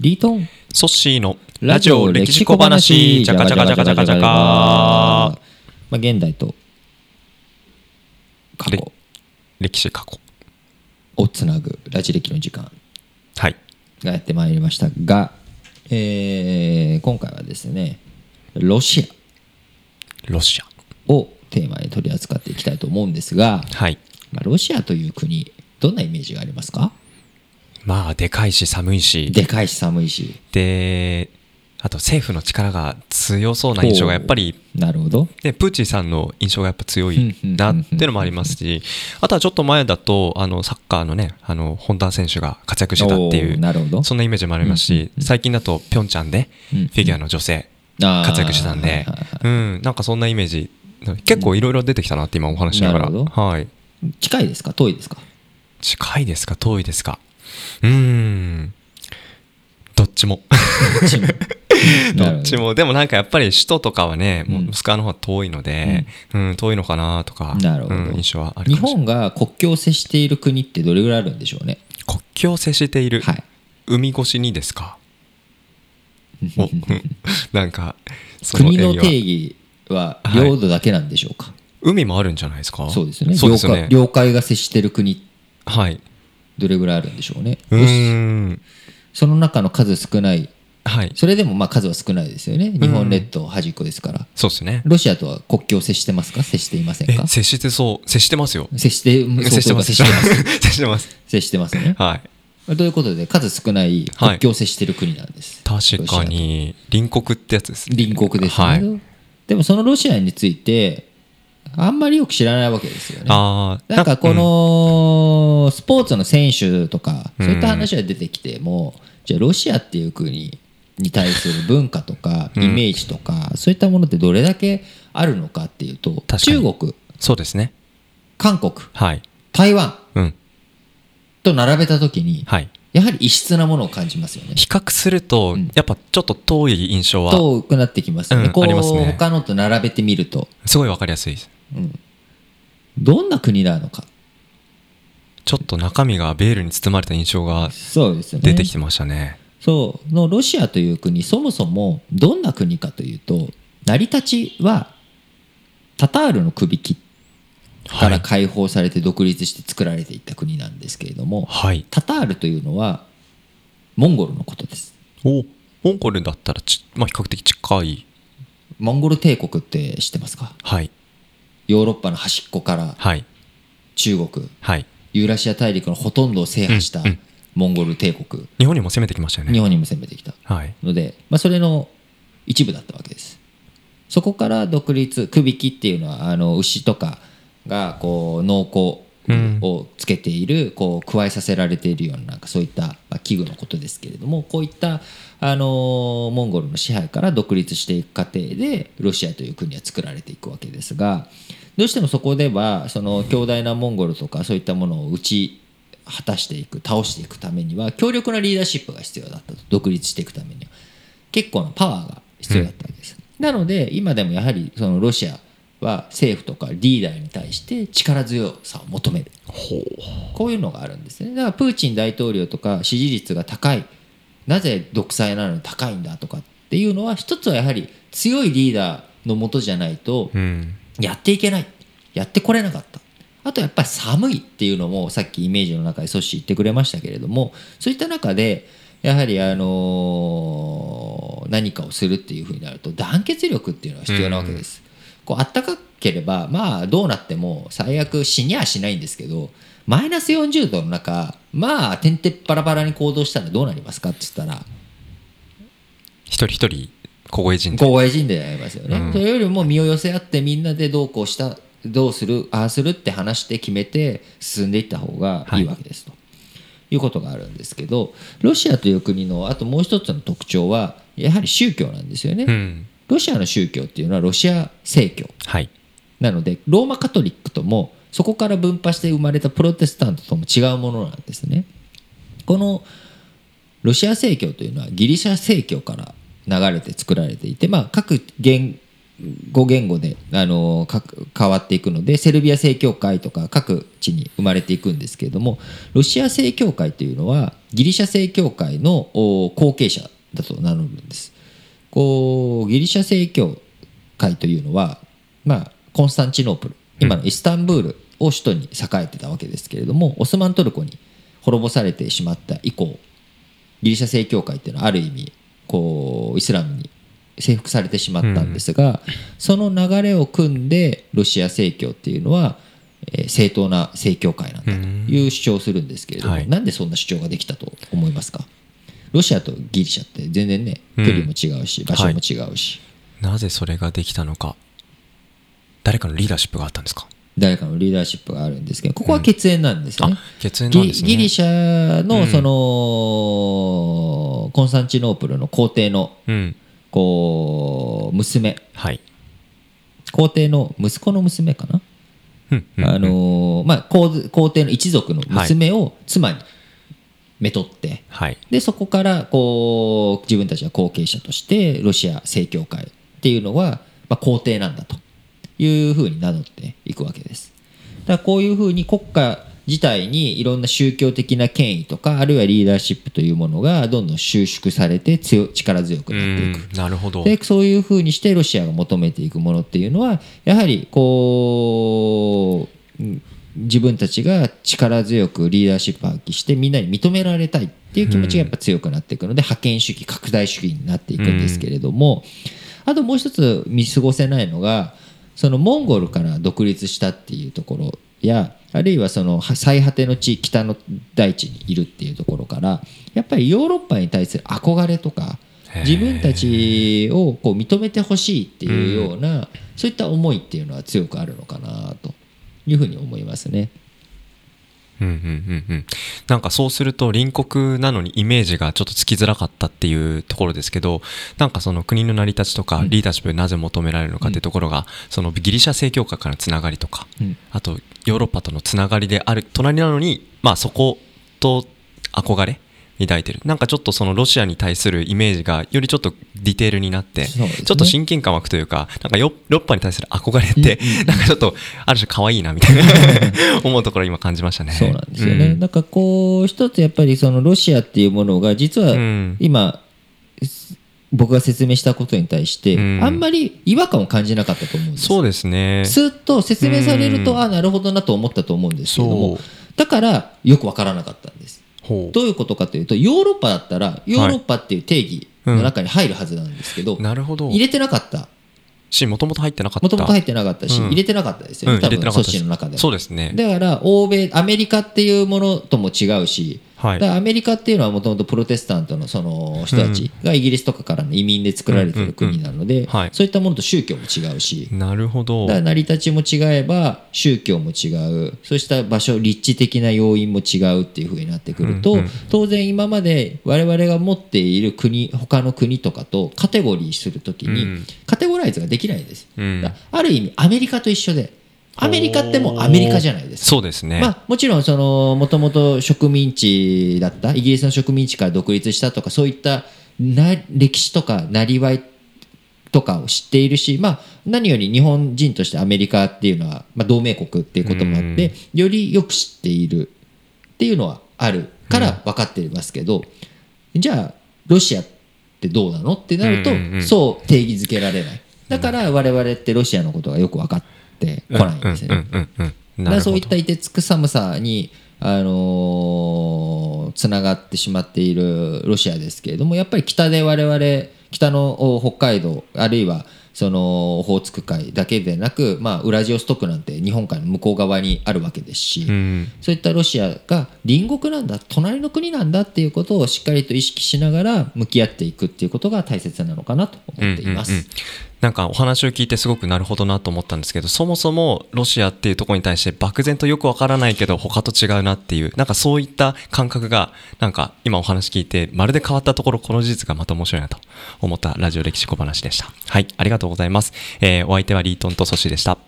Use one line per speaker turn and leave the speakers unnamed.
リートン
ソッシーのラジオ歴史小話、じゃかじゃかじゃかじゃかじゃか、
まあ、現代と過
れ
去
歴史過去。
をつなぐラジ歴の時間
はい。
がやってまいりましたが、えー今回はですねロシ
ロシア。
アをテーマに取り扱っていきたいと思うんですが、
はい。
まあ、ロシアという国どんなイメージがありますか
まあ、でかいし、寒いし。
でかいし寒いし
で、あと政府の力が強そうな印象がやっぱり、
なるほど
ね、プーチンさんの印象がやっぱ強い
うんうん
なっていうのもありますし、あとはちょっと前だと、あの、サッカーのね、あの、本田選手が活躍してたってい
おー
う、
なるほど
そんなイメージもありますし、最近だとピョンチャンで、
う
フ
んうん
ィギュアの女性、活躍してたんで
あーはいはいは、
うん、なんかそんなイメージ、結構いろいろ出てきたなって今お話しながら、
なるほ
はい。
い近いですか遠いですか
近いですか遠いですかうーんどっちも
どっちも
どっちもでもなんかやっぱり首都とかはね、もう
うん
モスクワの方が遠いので、うん遠いのかなとか
なるほど
うん印象はある
日
かもしれない
本が国境を接している国ってどれぐらいあるんでしょうね
国境を接している、
はい
海越しにで すかおなんかそ
国の
演技は
定義は
はい
領土だけなんでしょうか、
海もあるんじゃないですか
そうですよね
そうですよね
領海領海が接している国
はい
どれぐらいあるんでしょうね
うーん
その中の数少ない
はい
それでもまあ数は少ないですよね日本列島端っこですから、
そうですね
ロシアとは国境を接してますか接していません
え
か
接してそう接してますよ
接して相当
接してます
接 してます接
接してます
してますよね
はい
ということで数少ない国境を接している国なんです、
確かに隣国ってやつですね
隣国ですね、
はい
でもそのロシアについてあんまりよく知らないわけですよね
ああ
なんかこのスポーツの選手とか
う
そ
ん
ういった話が出てきてもじゃあロシアっていう国に対する文化とかイ
ん
メージとかそういったものってどれだけあるのかっていうと
かに
中国
そうですね
韓国
はい
台湾
うん
と並べた時に
はい
やはり異質なものを感じますよね
比較すると、
うん
やっぱちょっと遠い印象は
遠くなってきますよね、
うん
こう
ありますね
他のと並べてみると
すごいわかりやすいです
どんな国なのか
ちょっと中身がベールに包まれた印象が
そうですよね
出てきてましたね
そうのロシアという国そもそもどんな国かというと成り立ちはタタールの首切りか
は
ら
い
解放されて独立して作られていった国なんですけれども、
はい
タタールというのはモンゴルのことです
おモンゴルだったらち、まあ、比較的近い
モンゴル帝国って知ってますか
はい
ヨーロッパの端っこから
はい
中国
はい
ユーラシア大陸のほとんどを制覇した
うんうん
モンゴル帝国
日本にも攻めてきましたよ
日
ね
本にも攻めてきた
はい
ので、まあ、それの一部だったわけですそこから独立首引きっていうのはあの牛とかがこう農耕
うん
をつけている、こう加えさせられているようななんかそういったまあ器具のことですけれどもこういった、あのーモンゴルの支配から独立していく過程でロシアという国は作られていくわけですがどうしてもそこではその強大なモンゴルとかそういったものを打ち果たしていく倒していくためには強力なリーダーシップが必要だったと独立していくためには結構なパワーが必要だったわけです、なので今でもやはりそのロシアは政府とかリーダーに対して力強さを求める
ほう
こういうのがあるんですねだからプーチン大統領とか支持率が高いなぜ独裁なのに高いんだとかっていうのは一つはやはり強いリーダーのもとじゃないと
うん
やっていけないやってこれなかったあとやっぱり寒いっていうのもさっきイメージの中で阻止言ってくれましたけれどもそういった中でやはりあのー何かをするっていうふうになると団結力っていうのが必要なわけです。こうあったかければまあどうなっても最悪死にはしないんですけどマイナス40度の中まあ天てっぱらばらに行動したらどうなりますかって言ったら
一人一人小声人で
公害人でありますよね、
うん
それよりも身を寄せ合ってみんなでどうこうしたどうするああするって話して決めて進んでいった方がいいわけですと、い、うことがあるんですけどロシアという国のあともう一つの特徴はやはり宗教なんですよね、
うん
ロシアの宗教っていうのはロシア正教
はい
なのでローマカトリックともそこから分派して生まれたプロテスタントとも違うものなんですね。このロシア正教というのはギリシャ正教から流れて作られていて、まあ、各言語言語で、あの各変わっていくのでセルビア正教会とか各地に生まれていくんですけれどもロシア正教会というのはギリシャ正教会のお後継者だと名乗るんです。こうギリシャ正教会というのは、まあ、コンスタンチノープル今のイスタンブールを首都に栄えてたわけですけれどもオスマントルコに滅ぼされてしまった以降ギリシャ正教会っていうのはある意味こうイスラムに征服されてしまったんですが、その流れを組んでロシア正教っていうのは、えー正当な正教会なんだという主張をするんですけれども、
はい
なんでそんな主張ができたと思いますかロシアとギリシャって全然ね距離も違うし、場所も違うし、
なぜそれができたのか誰かのリーダーシップがあったんですか
誰かのリーダーシップがあるんですけどここは血縁なんですよ
あ
ね。
血縁なん
ギ
ですね
ギリシャ
う
の
ん
その、コンスタンチノープルの皇帝の
うん
こう娘
はい、
皇帝の息子の娘かな、
うんうん
あのーまあ、皇皇帝の一族の娘を妻にめとって、
はい
でそこからこう自分たちは後継者としてロシア正教会っていうのは、まあ、皇帝なんだというふうに名乗っていくわけです。だからこういうふうに国家自体にいろんな宗教的な権威とかあるいはリーダーシップというものがどんどん収縮されて強力強く
う
なっていく。
んなるほど
でそういうふうにしてロシアが求めていくものっていうのはやはりこううん自分たちが力強くリーダーシップ発揮してみんなに認められたいっていう気持ちがやっぱ強くなっていくので、覇権主義拡大主義になっていくんですけれども、あともう一つ見過ごせないのがそのモンゴルから独立したっていうところやあるいはそのは最果ての地北の大地にいるっていうところからやっぱりヨーロッパに対する憧れとか
へー
自分たちをこう認めてほしいっていうような、そういった思いっていうのは強くあるのかなというふうに思いますね。
うんうんうんうん、なんかそうすると隣国なのにイメージがちょっとつきづらかったっていうところですけどなんかその国の成り立ちとか
うん
リーダーシップになぜ求められるのかっていうところが、そのギリシャ正教会からのつながりとか
うん
あとヨーロッパとのつながりである隣なのに、まあ、そこと憧れ抱いてるなんかちょっとそのロシアに対するイメージがよりちょっとディテールになって、
そうですね
ちょっと親近感湧くというかなんかヨヨーロッパに対する憧れって、なんかちょっとある種可愛いなみたいな 思うところ今感じましたね。
そうなんですよね。
うん
なんかこう一つやっぱりそのロシアっていうものが実は
うん
今、す僕が説明したことに対して、
うん
あんまり違和感を感じなかったと思うんです。
そうですね。
すっと説明されると、
うん
あなるほどなと思ったと思うんですけれど
そ
も
う。
だからよくわからなかったんです。
ほ
どういうことかというとヨーロッパだったらヨーロッパっていう定義の中に入るはずなんですけど、
う。なるほど
入。れてなかった
し、もともと入ってなかった。
もともと入ってなかったし、
うん
入れてなかったですよ
う
ね、
ん
多
入れ
分
てなか
組
ったです
織の中では
そうですね。
だから欧米アメリカっていうものとも違うし、
はい
だからアメリカっていうのはもともとプロテスタントのその人たちがイギリスとかからの移民で作られてる国なので、
んはい
そういったものと宗教も違うし、
なるほど
だか。ら成り立ちも違えば宗教も違うそうした場所立地的な要因も違うっていうふうになってくると、
うんうん
当然今まで我々が持っている国他の国とかとカテゴリーするときに、
うん
カテゴライズができないんです、
うん
だからある意味アメリカと一緒でアメリカってもうアメリカじゃないですか
そうですね。
まあ、もちろんそのもともと植民地だったイギリスの植民地から独立したとかそういったな歴史とかなりわいとかを知っているし、まあ、何より日本人としてアメリカっていうのは、まあ、同盟国っていうこともあってよりよく知っているっていうのはあるから分かってますけど、じゃあロシアってどうなのってなると、
うんうんうん
そう定義づけられないだから我々ってロシアのことがよく分かってこないんですよね。
うんうんうんうん
だか
なる
ら
ほど
そういった凍てつく寒さに、あのつながってしまっているロシアですけれどもやっぱり北で我々北のお北海道あるいはそのオホーツク海だけでなく、まあ、ウラジオストクなんて日本海の向こう側にあるわけですし、
うん
そういったロシアが隣国なんだ隣の国なんだっていうことをしっかりと意識しながら向き合っていくっていうことが大切なのかなと思っています。
うんうんうんなんかお話を聞いてすごくなるほどなと思ったんですけどそもそもロシアっていうところに対して漠然とよくわからないけど他と違うなっていうなんかそういった感覚がなんか今お話聞いてまるで変わったところこの事実がまた面白いなと思ったラジオ歴史小話でしたはいありがとうございます、えーお相手はリートンとソシでした